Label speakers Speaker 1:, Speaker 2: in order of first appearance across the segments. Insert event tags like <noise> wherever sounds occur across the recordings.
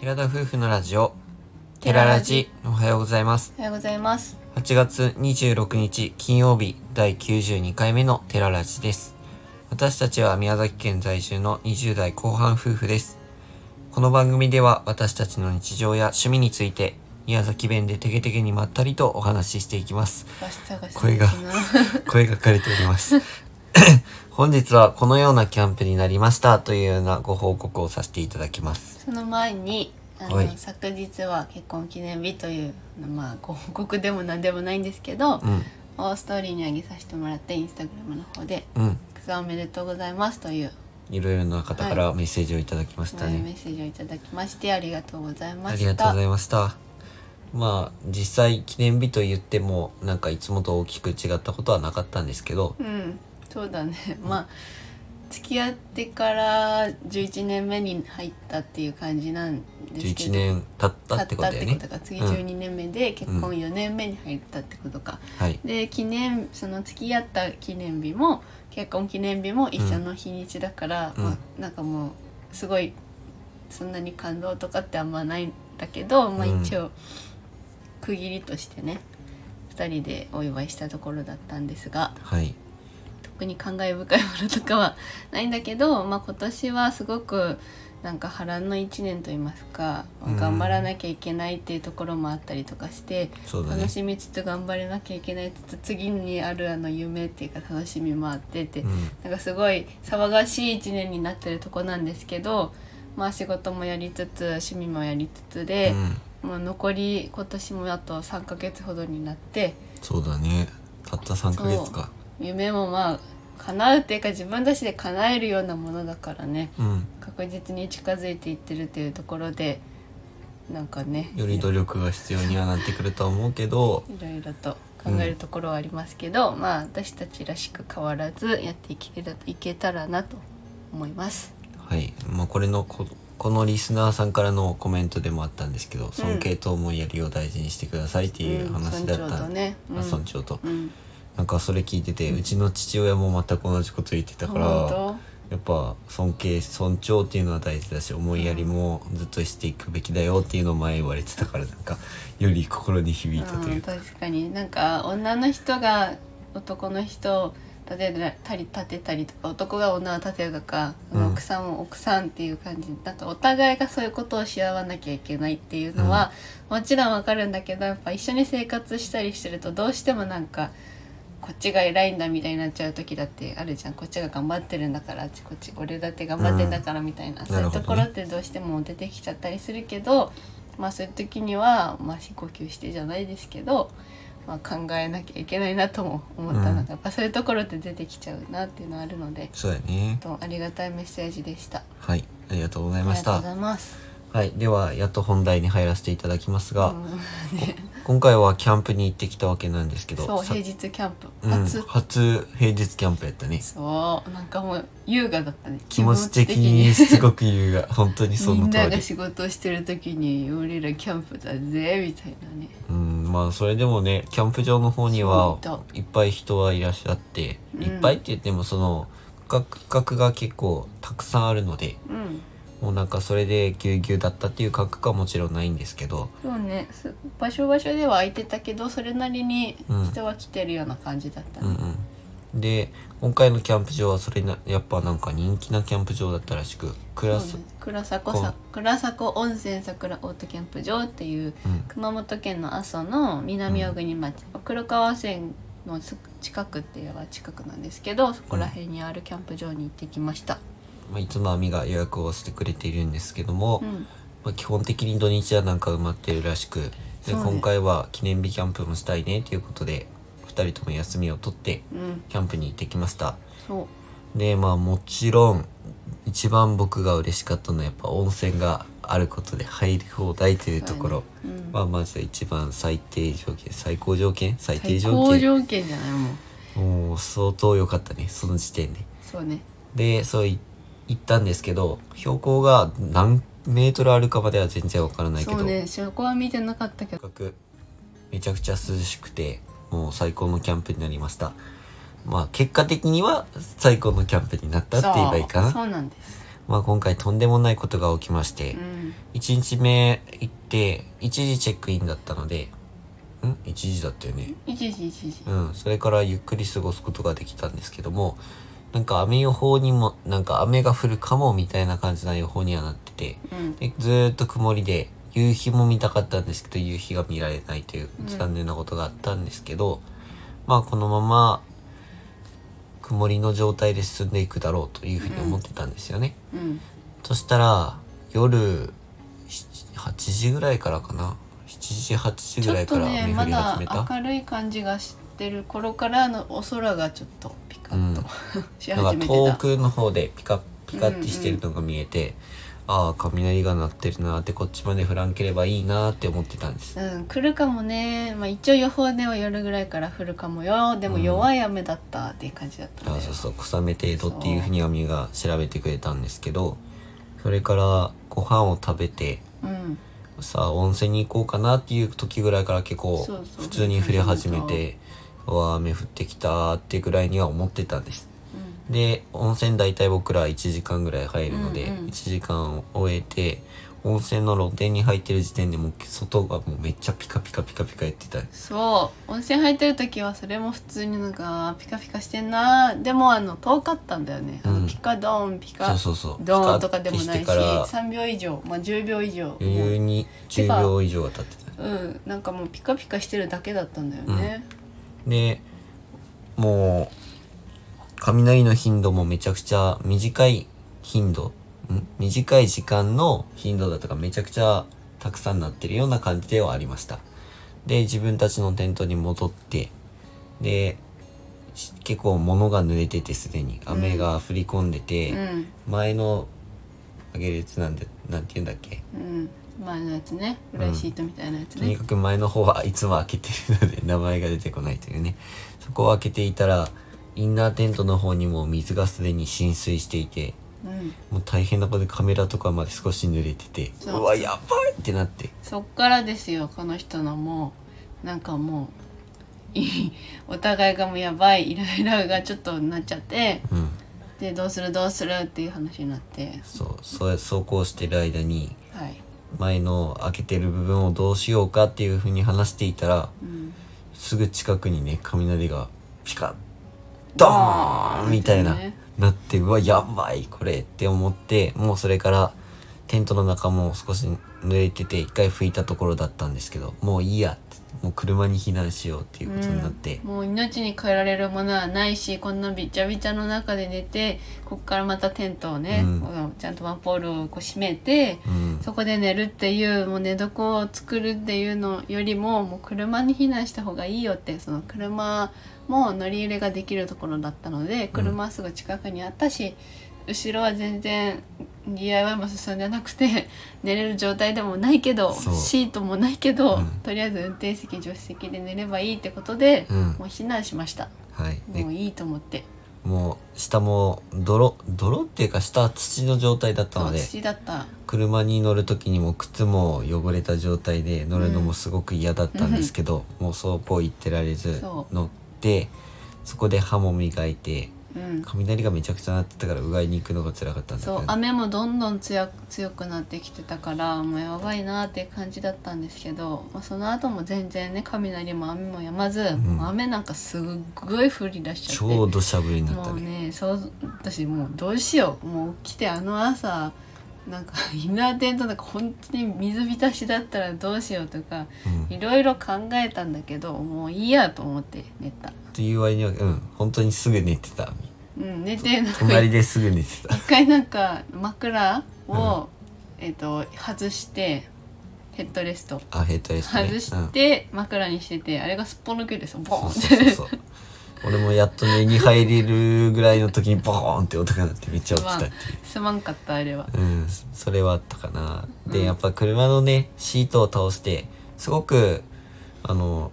Speaker 1: 寺田夫婦のラジオ、テララジ、おはようございます。
Speaker 2: おはようございます
Speaker 1: 8月26日金曜日第92回目のテララジです。私たちは宮崎県在住の20代後半夫婦です。この番組では私たちの日常や趣味について、宮崎弁でテケテケにまったりとお話ししていき <laughs> ます。
Speaker 2: バス探し
Speaker 1: 声が
Speaker 2: 的な <laughs>
Speaker 1: 声が枯れており <laughs> ます。本日はこのようなキャンプになりましたというようなご報告をさせていただきます。
Speaker 2: その前にあ
Speaker 1: はい
Speaker 2: の昨日は結婚記念日というまあご報告でも何でもないんですけど、
Speaker 1: うん、
Speaker 2: ストーリーに上げさせてもらってインスタグラムの方で
Speaker 1: うん。
Speaker 2: 「くさおめでとうございます」という
Speaker 1: いろいろな方からメッセージをいただきました
Speaker 2: メ
Speaker 1: ね。
Speaker 2: ッセージをいただきましてありがとうございま
Speaker 1: あ
Speaker 2: し
Speaker 1: り
Speaker 2: た
Speaker 1: がとうございました。まあ実際記念日と言ってもなんかいつもと大きく違ったことはなかったんですけど、
Speaker 2: うんそうだね <laughs> まあ付き合ってから11年目に入ったっていう感じなんですけ
Speaker 1: 11
Speaker 2: ど
Speaker 1: 年経った
Speaker 2: 経
Speaker 1: っ
Speaker 2: って
Speaker 1: こ
Speaker 2: た
Speaker 1: とだよ
Speaker 2: って
Speaker 1: ね
Speaker 2: こ。とか次
Speaker 1: うん
Speaker 2: 12年目で結婚
Speaker 1: う
Speaker 2: 4年目に入ったってことか、
Speaker 1: はい。
Speaker 2: で記念その付き合った記念日も結婚記念日も一緒の日にちだから、
Speaker 1: うん
Speaker 2: まあ、なんかもうすごいそんなに感動とかってあんまないんだけど、まあ、
Speaker 1: うん
Speaker 2: 一応区切りとしてね2人でお祝いしたところだったんですが
Speaker 1: はい。
Speaker 2: 特に感慨深いものとかはないんだけど、 <laughs> まあ、今年はすごくなんか波乱の1年といいますか、ま
Speaker 1: う
Speaker 2: あ
Speaker 1: ん
Speaker 2: 頑張らなきゃいけないっていうところもあったりとかして。
Speaker 1: そうだね
Speaker 2: 楽。しみつつ頑張れなきゃいけないつつ次にあるあの夢っていうか楽しみもあってて、
Speaker 1: うん。
Speaker 2: なんかすごい騒がしい一年になってるとこなんですけど、まあ、仕事もやりつつ趣味もやりつつで
Speaker 1: う、ん。
Speaker 2: もう残り今年もあと3ヶ月ほどになって
Speaker 1: そうだね。たった3ヶ月か。
Speaker 2: 夢もまあ叶うっていうか自分たちで叶えるようなものだからね
Speaker 1: うん。
Speaker 2: 確実に近づいていってるっていうところでなんかね
Speaker 1: より努力が必要にはなってくるとは思うけど、
Speaker 2: いろいろと考えるところはありますけど、まあ私たちらしく変わらずやっていけたいけたらなと思います。
Speaker 1: はい、まあ、これのここのリスナーさんからのコメントでもあったんですけど尊敬と思いやりを大事にしてくださいっていう話だった、
Speaker 2: うん、村長とね、うん
Speaker 1: あ村長と
Speaker 2: うん、
Speaker 1: なんかそれ聞いてて、うちの父親も全く同じこと言ってたから
Speaker 2: 本
Speaker 1: やっぱ尊敬尊重っていうのは大事だし思いやりもずっとしていくべきだよっていうのを前言われてたからなんかより心に響いたと
Speaker 2: 当、う
Speaker 1: い
Speaker 2: ん、
Speaker 1: うか、
Speaker 2: 確かになんか女の人が男の人を立てたり立てたりとか男が女を立てるとか、
Speaker 1: うん
Speaker 2: 奥さんも奥さんっていう感じなんかお互いがそういうことをし合わなきゃいけないっていうのは、もちろんわかるんだけどやっぱ一緒に生活したりしてるとどうしてもなんかこっちが偉いんだみたいになっちゃう時だってあるじゃんこっちが頑張ってるんだからあっちこっち俺だって頑張ってんだからみたいな、そういうところってどうしても出てきちゃったりするけどまあそういう時には、まあ、深呼吸してじゃないですけど、まあ、考えなきゃいけないなとも思ったのが、
Speaker 1: うん
Speaker 2: やっぱそういうところって出てきちゃうなっていうのはあるので
Speaker 1: そうだね
Speaker 2: とありがたいメッセージでした。
Speaker 1: はいありがとうござい
Speaker 2: あり
Speaker 1: ま
Speaker 2: が
Speaker 1: し
Speaker 2: とう
Speaker 1: た
Speaker 2: ございます。
Speaker 1: はいではやっと本題に入らせていただきますが、
Speaker 2: うんね
Speaker 1: 今回はキャンプに行ってきたわけなんですけど
Speaker 2: そう
Speaker 1: さ
Speaker 2: 平日キャンプ
Speaker 1: うん
Speaker 2: 初、
Speaker 1: 初平日キャンプやったね
Speaker 2: そうなんかもう優雅だったね
Speaker 1: 気持ち的にすごく優雅本当にそ
Speaker 2: み
Speaker 1: の
Speaker 2: んな
Speaker 1: 通
Speaker 2: が
Speaker 1: り
Speaker 2: 仕事をしてる時に俺らキャンプだぜみたいなね
Speaker 1: うんまあそれでもねキャンプ場の方には
Speaker 2: そう
Speaker 1: いっぱい人はいらっしゃって、
Speaker 2: うん
Speaker 1: いっぱいって言ってもその区画区画が結構たくさんあるので
Speaker 2: うん
Speaker 1: もうなんかそれでぎゅうぎゅうだったっていう感覚はもちろんないんですけど
Speaker 2: そうねす場所場所では空いてたけどそれなりに
Speaker 1: うん
Speaker 2: 人は来てるような感じだった
Speaker 1: うんう
Speaker 2: ね、
Speaker 1: んで今回のキャンプ場はそれなやっぱなんか人気なキャンプ場だったらしくクラス
Speaker 2: そうね倉迫
Speaker 1: こう
Speaker 2: さ倉迫温泉桜オートキャンプ場っていう
Speaker 1: うん
Speaker 2: 熊本県の阿蘇の南小国町、黒川線のす近くっていうのは近くなんですけどそこら辺にあるキャンプ場に行ってきました、
Speaker 1: まあ、いつも網が予約をしてくれているんですけども、
Speaker 2: うん、
Speaker 1: まあ、基本的に土日はなんか埋まってるらしくで、
Speaker 2: そうね
Speaker 1: 今回は記念日キャンプもしたいねということで2人とも休みを取って
Speaker 2: うん、
Speaker 1: キャンプに行ってきました
Speaker 2: そう
Speaker 1: でまあもちろん一番僕が嬉しかったのはやっぱ温泉があることで入り放題というところ
Speaker 2: そうやねうん
Speaker 1: はまず一番最低条件最高条件最低
Speaker 2: 最
Speaker 1: 条
Speaker 2: 高
Speaker 1: 件
Speaker 2: 条件じゃないもん
Speaker 1: もう相当良かったねその時点で
Speaker 2: そうね
Speaker 1: でそうい行ったんですけど標高が何メートルあるかまでは全然わからないけ
Speaker 2: そ
Speaker 1: ど、
Speaker 2: うねそこは見てなかったけ
Speaker 1: と
Speaker 2: ど
Speaker 1: にかくめちゃくちゃ涼しくてもう最高のキャンプになりましたまあ結果的には最高のキャンプになったって言えばいいか
Speaker 2: そ
Speaker 1: な
Speaker 2: うそうなんです
Speaker 1: まあ、今回とんでもないことが起きまして、
Speaker 2: うん
Speaker 1: 1日目行って1時チェックインだったのでん1時だったよね
Speaker 2: 一時一時
Speaker 1: うん、それからゆっくり過ごすことができたんですけども、なんか雨予報にも、なんか雨が降るかもみたいな感じな予報にはなってて、
Speaker 2: うん
Speaker 1: でずーっと曇りで、夕日も見たかったんですけど、夕日が見られないという
Speaker 2: うん
Speaker 1: 残念なことがあったんですけど、まあこのまま曇りの状態で進んでいくだろうというふうに思ってたんですよね。
Speaker 2: うん
Speaker 1: そしたら夜7 8時ぐらいからかな7時8時
Speaker 2: ち
Speaker 1: ぐ
Speaker 2: ょ
Speaker 1: ら
Speaker 2: っ
Speaker 1: いか
Speaker 2: と
Speaker 1: ら
Speaker 2: ね
Speaker 1: 雨降
Speaker 2: ま
Speaker 1: り
Speaker 2: だ
Speaker 1: 始めた、
Speaker 2: 明るい感じがしてる頃からのお空がちょっとピカッと、
Speaker 1: うん
Speaker 2: し
Speaker 1: な
Speaker 2: 始
Speaker 1: ん
Speaker 2: め
Speaker 1: か
Speaker 2: て
Speaker 1: 遠
Speaker 2: た
Speaker 1: くの方でピカピカってしてるのが見えて、ああ雷が鳴ってるなーってこっちまで降らんければいいなーって思ってたんです、
Speaker 2: うん、来るかもね、まあ、一応予報では夜ぐらいから降るかもよでも弱い雨だったっていう感じだった
Speaker 1: あ
Speaker 2: ん
Speaker 1: あ
Speaker 2: で、
Speaker 1: そうそう小雨程度っていうふうにアミが調べてくれたんですけどそれからご飯を食べて
Speaker 2: うん、
Speaker 1: さあ温泉に行こうかなっていう時ぐらいから結構
Speaker 2: そうそう
Speaker 1: 普通に降り始めてうわあ雨降ってきたーってぐらいには思ってたんですで温泉大体僕ら1時間ぐらい入るので、
Speaker 2: うんうん
Speaker 1: 1時間を終えて温泉の露店に入ってる時点でもう外がもうめっちゃピカピカピカピカやってた
Speaker 2: そう温泉入ってる時はそれも普通になんかピカピカしてんなでもあの遠かったんだよね、あの
Speaker 1: うん
Speaker 2: ピカドーンピ
Speaker 1: そう
Speaker 2: カ
Speaker 1: そうそう
Speaker 2: ドーンとかでもない
Speaker 1: ピ
Speaker 2: し
Speaker 1: カッてしてか
Speaker 2: 3秒以上、まあ、10秒以上
Speaker 1: ら余裕に
Speaker 2: てか
Speaker 1: 10秒以上は経ってた
Speaker 2: うんなんかもうピカピカしてるだけだったんだよね、
Speaker 1: でもう雷の頻度もめちゃくちゃ短い頻度ん短い時間の頻度だとかめちゃくちゃたくさんなってるような感じではありましたで自分たちのテントに戻ってでし結構物が濡れててすでに雨が降り込んでて、
Speaker 2: うん
Speaker 1: 前の上げ列なんでなんて言うんだっけ
Speaker 2: うん前のやつね裏シートみたいなやつ
Speaker 1: とに
Speaker 2: ね
Speaker 1: かく前の方はいつも開けてるので名前が出てこないというねそこを開けていたらインナーテントの方にも水がすでに浸水していて
Speaker 2: うん
Speaker 1: もう大変なことでカメラとかまで少し濡れててう
Speaker 2: そう
Speaker 1: わやばいってなって
Speaker 2: そっからですよこの人のもうなんかもういいお互いがもうやばいイライラがちょっとなっちゃって
Speaker 1: うん
Speaker 2: でどうするどうするっていう話になって
Speaker 1: そうそう走行してる間に
Speaker 2: はい、
Speaker 1: 前の開けてる部分をどうしようかっていうふうに話していたら
Speaker 2: うん、
Speaker 1: すぐ近くにね雷がピカッドーンみたいな、
Speaker 2: ね
Speaker 1: なってうわやばいこれって思ってもうそれからテントの中も少し濡れてて一回拭いたところだったんですけどもういいやってもう車に避難しようっていうことになって
Speaker 2: うん、もう命に変えられるものはないしこんなびちゃびちゃの中で寝てここからまたテントをね、
Speaker 1: うん
Speaker 2: このちゃんとワンポールをこう閉めて
Speaker 1: うん、
Speaker 2: そこで寝るっていうもう寝床を作るっていうのよりももう車に避難した方がいいよってその車も乗り入れができるところだったので車はすぐ近くにあったし、後ろは全然 DIY も進んでなくて <laughs> 寝れる状態でもないけど
Speaker 1: そう
Speaker 2: シートもないけど、
Speaker 1: うん
Speaker 2: とりあえず運転席助手席で寝ればいいってことで、
Speaker 1: うん
Speaker 2: もう避難しました
Speaker 1: はいで
Speaker 2: もういいと思って
Speaker 1: もう下も泥泥っていうか下は土の状態だったので
Speaker 2: 土だった
Speaker 1: 車に乗る時にも靴も汚れた状態で乗るのもすごく嫌だったんですけど、もうそうこう言ってられず
Speaker 2: そ
Speaker 1: 乗ってそこで歯も磨いて
Speaker 2: うん
Speaker 1: 雷がめちゃくちゃ鳴ってたからうがいに行くのが辛かったんだけ
Speaker 2: そ
Speaker 1: ど
Speaker 2: う雨もどんどん強強くなってきてたからもうやばいなって感じだったんですけど、まあ、その後も全然ね雷も雨もやまず、
Speaker 1: ん
Speaker 2: もう雨なんかすっごい降り出しちゃって
Speaker 1: 超土砂降りになった
Speaker 2: もう
Speaker 1: ね
Speaker 2: ねそう私もうどうしようもう起きてあの朝なんかインナーテントなんか本当に水浸しだったらどうしようとか
Speaker 1: うん
Speaker 2: いろいろ考えたんだけどもういいやと思って寝た
Speaker 1: という割にはうん本当にすぐ寝てた
Speaker 2: うん寝てなんか
Speaker 1: 隣ですぐ寝てた
Speaker 2: 一回なんか枕を、えっと外してヘッドレスト
Speaker 1: あヘッドレストね
Speaker 2: 外
Speaker 1: う
Speaker 2: し
Speaker 1: ん
Speaker 2: て枕にしててあれがすっぽ抜けですよボーン
Speaker 1: そう
Speaker 2: って
Speaker 1: そうそうそう俺もやっと寝に入れるぐらいの時にボーンって音が鳴ってめっちゃ落ちたっていう
Speaker 2: す <laughs> まんかったあれは
Speaker 1: うんそれはあったかなで、
Speaker 2: うん
Speaker 1: やっぱ車のねシートを倒してすごくあの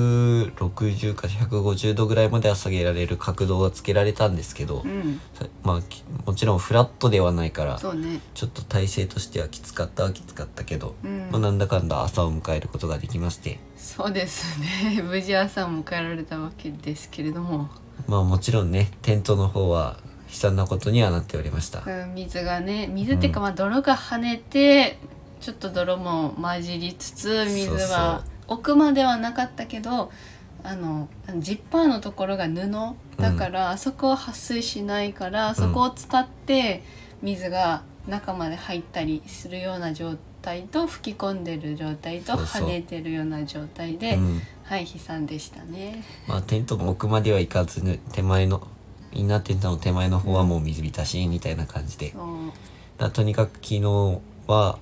Speaker 1: 160か150度ぐらいまでは下げられる角度がつけられたんですけど、
Speaker 2: うん
Speaker 1: まあきもちろんフラットではないから
Speaker 2: そうね
Speaker 1: ちょっと体勢としてはきつかったはきつかったけど、
Speaker 2: うん
Speaker 1: まあ、なんだかんだ朝を迎えることができまして
Speaker 2: そうですね <laughs> 無事朝を迎えられたわけですけれども
Speaker 1: まあもちろんねテントの方は悲惨なことにはなっておりました。
Speaker 2: うん、水がね水っていうかまあ泥が跳ねて、ちょっと泥も混じりつつ水
Speaker 1: そう
Speaker 2: は奥まではなかったけどあのジッパーのところが布だから、あそこは撥水しないからそこを使って水が中まで入ったりするような状態と吹き込んでる状態と
Speaker 1: そうそう
Speaker 2: 跳ねてるような状態で
Speaker 1: うん
Speaker 2: はい悲惨でしたね。
Speaker 1: まあ、テントの奥までは行かずに手前のインナーテントの手前の方はもう水浸しみたいな感じで、だか
Speaker 2: そう
Speaker 1: らとにかく昨日は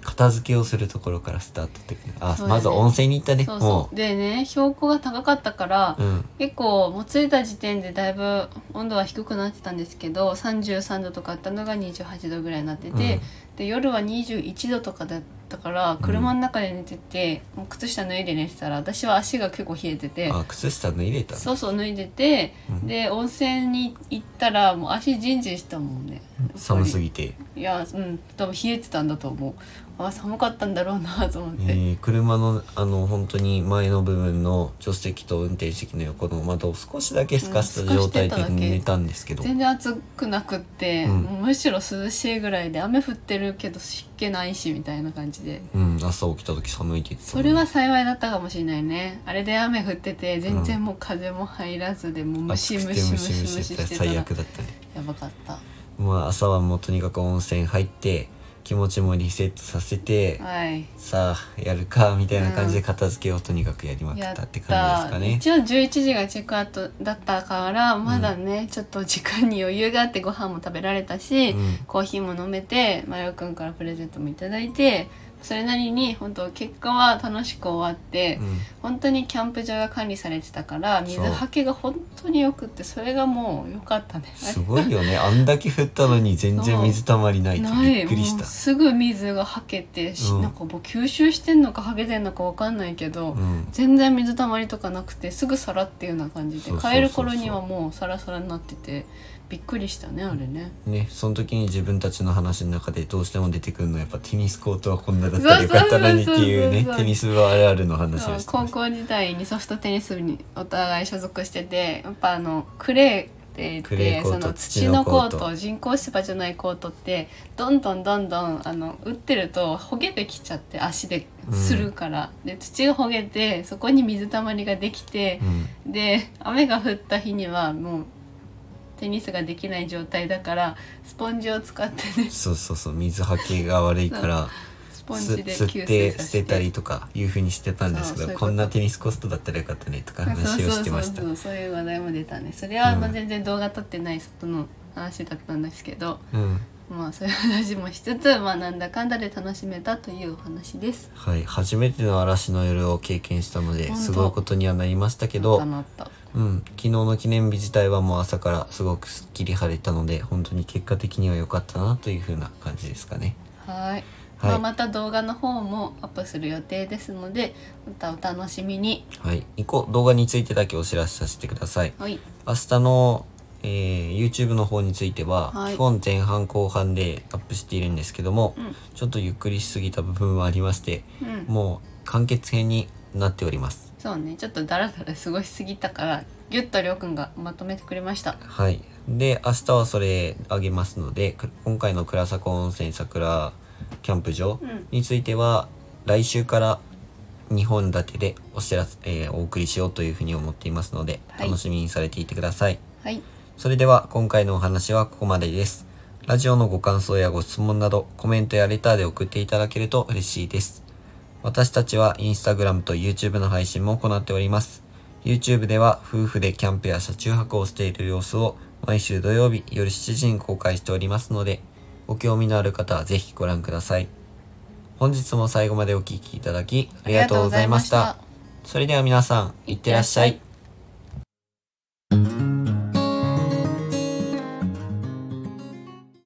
Speaker 1: 片付けをするところからスタートってあ、
Speaker 2: そうだね
Speaker 1: まず温泉に行ったね
Speaker 2: そ
Speaker 1: も
Speaker 2: うそうでね標高が高かったから、
Speaker 1: ううん
Speaker 2: 結構もう着いた時点でだいぶ温度は低くなってたんですけど33度とかあったのが28度ぐらいになってて、
Speaker 1: うん
Speaker 2: で夜は21度とかだったから車の中で寝てて、もう靴下脱いで寝てたら私は足が結構冷えてて
Speaker 1: あ靴下脱いでたの
Speaker 2: そうそう脱いでて、
Speaker 1: うん
Speaker 2: で温泉に行ったらもう足ジンジンしたもんね
Speaker 1: 寒す
Speaker 2: ぎ
Speaker 1: ぎて、
Speaker 2: いやうん多分冷えてたんだと思うあ寒かったんだろうなと思っ
Speaker 1: え
Speaker 2: て、
Speaker 1: ー車のあの本当に前の部分の助手席と運転席の横の窓を少しだけ透かし
Speaker 2: う
Speaker 1: た
Speaker 2: ん透か
Speaker 1: 状
Speaker 2: して
Speaker 1: 態
Speaker 2: た
Speaker 1: で
Speaker 2: だけ
Speaker 1: 寝たんですけど、
Speaker 2: 全然暑くなくって、
Speaker 1: うん
Speaker 2: むしろ涼しいぐらいで雨降ってるけど湿気ないしみたいな感じで
Speaker 1: うん、朝起きた時寒いって言ってた
Speaker 2: そ
Speaker 1: もん
Speaker 2: れ
Speaker 1: ね
Speaker 2: は幸いだったかもしれないねあれで雨降ってて全然もう風も入らずでもうムシムシムシムシムシしてたら
Speaker 1: 最
Speaker 2: や
Speaker 1: 悪だったね
Speaker 2: ばかった
Speaker 1: まあ朝はもうとにかく温泉入って気持ちもリセットさせて、
Speaker 2: はい
Speaker 1: さあやるかみたいな感じで片付けをとにかくやりまく
Speaker 2: や
Speaker 1: っ
Speaker 2: ったた
Speaker 1: って感じですかね
Speaker 2: 一応11時がチェックアウトだったからまだね、ちょっと時間に余裕があってご飯も食べられたし、
Speaker 1: うん
Speaker 2: コーヒーも飲めてマヨくんからプレゼントもいただいてそれなりに本当結果は楽しく終わって、
Speaker 1: うん
Speaker 2: 本当にキャンプ場が管理されてたから水
Speaker 1: そう
Speaker 2: はけが本当によくってそれがもう良かったねあれ
Speaker 1: すごいよねあんだけ降ったのに全然水たまりないって
Speaker 2: ない
Speaker 1: びっくりし
Speaker 2: もう
Speaker 1: た
Speaker 2: すぐ水がはけてし、
Speaker 1: うん
Speaker 2: なんかもう吸収してんのかはけてんのかわかんないけど、
Speaker 1: うん
Speaker 2: 全然水たまりとかなくてすぐさらっていうような感じで
Speaker 1: そうそうそうそう
Speaker 2: 帰る頃にはもうサラサラになっててびっくりしたねあれね。
Speaker 1: ね、その時に自分たちの話の中でどうしても出てくるのはやっぱテニスコートはこんなだったらよかったのにっていうね
Speaker 2: そうそうそうそう
Speaker 1: テニス部あるあるの話
Speaker 2: そう
Speaker 1: をして
Speaker 2: 高
Speaker 1: ました
Speaker 2: 校時代にソフトテニス部にお互い所属しててやっぱあのクレーって言っ
Speaker 1: クレー
Speaker 2: て
Speaker 1: コー
Speaker 2: そ
Speaker 1: ト
Speaker 2: の土のコー
Speaker 1: 土のコー
Speaker 2: ト人工芝じゃないコートってどんどんどんどんあの打ってるとほげてきちゃって足で
Speaker 1: うん
Speaker 2: するから、で土がほげてそこに水たまりができて
Speaker 1: う、ん
Speaker 2: で雨が降った日にはもうテニスができない状態だからスポンジを使ってね
Speaker 1: そうそうそう水はけが悪いから
Speaker 2: スポン
Speaker 1: す
Speaker 2: ジで
Speaker 1: 吸
Speaker 2: 吸
Speaker 1: っ
Speaker 2: 水
Speaker 1: て
Speaker 2: さ
Speaker 1: 捨
Speaker 2: せ
Speaker 1: て
Speaker 2: て
Speaker 1: たりとかいうふうにしてたんですけ
Speaker 2: そ
Speaker 1: ど
Speaker 2: うそういうこ
Speaker 1: ことんなテニスコストだったらよかったねとか
Speaker 2: そう
Speaker 1: 話を
Speaker 2: そう
Speaker 1: してました
Speaker 2: そううそうそういう話題も出たねそれはまあ全然動画撮ってない外の話だったんですけど、
Speaker 1: ん
Speaker 2: まあそういう話もしつつまあなんだかんだで楽しめたというお話です
Speaker 1: はい初めての嵐の夜を経験したので
Speaker 2: 本当
Speaker 1: すごいことにはなりましたけど
Speaker 2: なったなった
Speaker 1: うん昨日の記念日自体はもう朝からすごくすっきり晴れたので本当に結果的には良かったなというふうな感じですかね
Speaker 2: はい
Speaker 1: はい
Speaker 2: まあ、また動画の方もアップする予定ですのでまたお楽しみに
Speaker 1: はい一個動画についてだけお知らせさせてください
Speaker 2: はい
Speaker 1: 明日の、えー YouTube の方については、
Speaker 2: はい
Speaker 1: 基本前半後半でアップしているんですけども、
Speaker 2: ん
Speaker 1: ちょっとゆっくりしすぎた部分はありまして、
Speaker 2: うん
Speaker 1: もう完結編になっております
Speaker 2: そうねちょっとダラダラ過ごしすぎたからギュッとりょうくんがまとめてくれました
Speaker 1: はいで明日はそれあげますのでく今回の倉迫温泉桜キャンプ場
Speaker 2: うん
Speaker 1: については、来週から2本立てでお知らせ、えーお送りしようというふうに思っていますので、
Speaker 2: はい
Speaker 1: 楽しみにされていてください
Speaker 2: はい
Speaker 1: それでは今回のお話はここまでです。ラジオのご感想やご質問などコメントやレターで送っていただけると嬉しいです。私たちはインスタグラムと YouTube の配信も行っております。YouTube では夫婦でキャンプや車中泊をしている様子を毎週土曜日夜7時に公開しておりますので、ご興味のある方はぜひご覧ください。本日も最後までお聴きいただきありがとうございました。それでは皆さん、いってらっしゃい。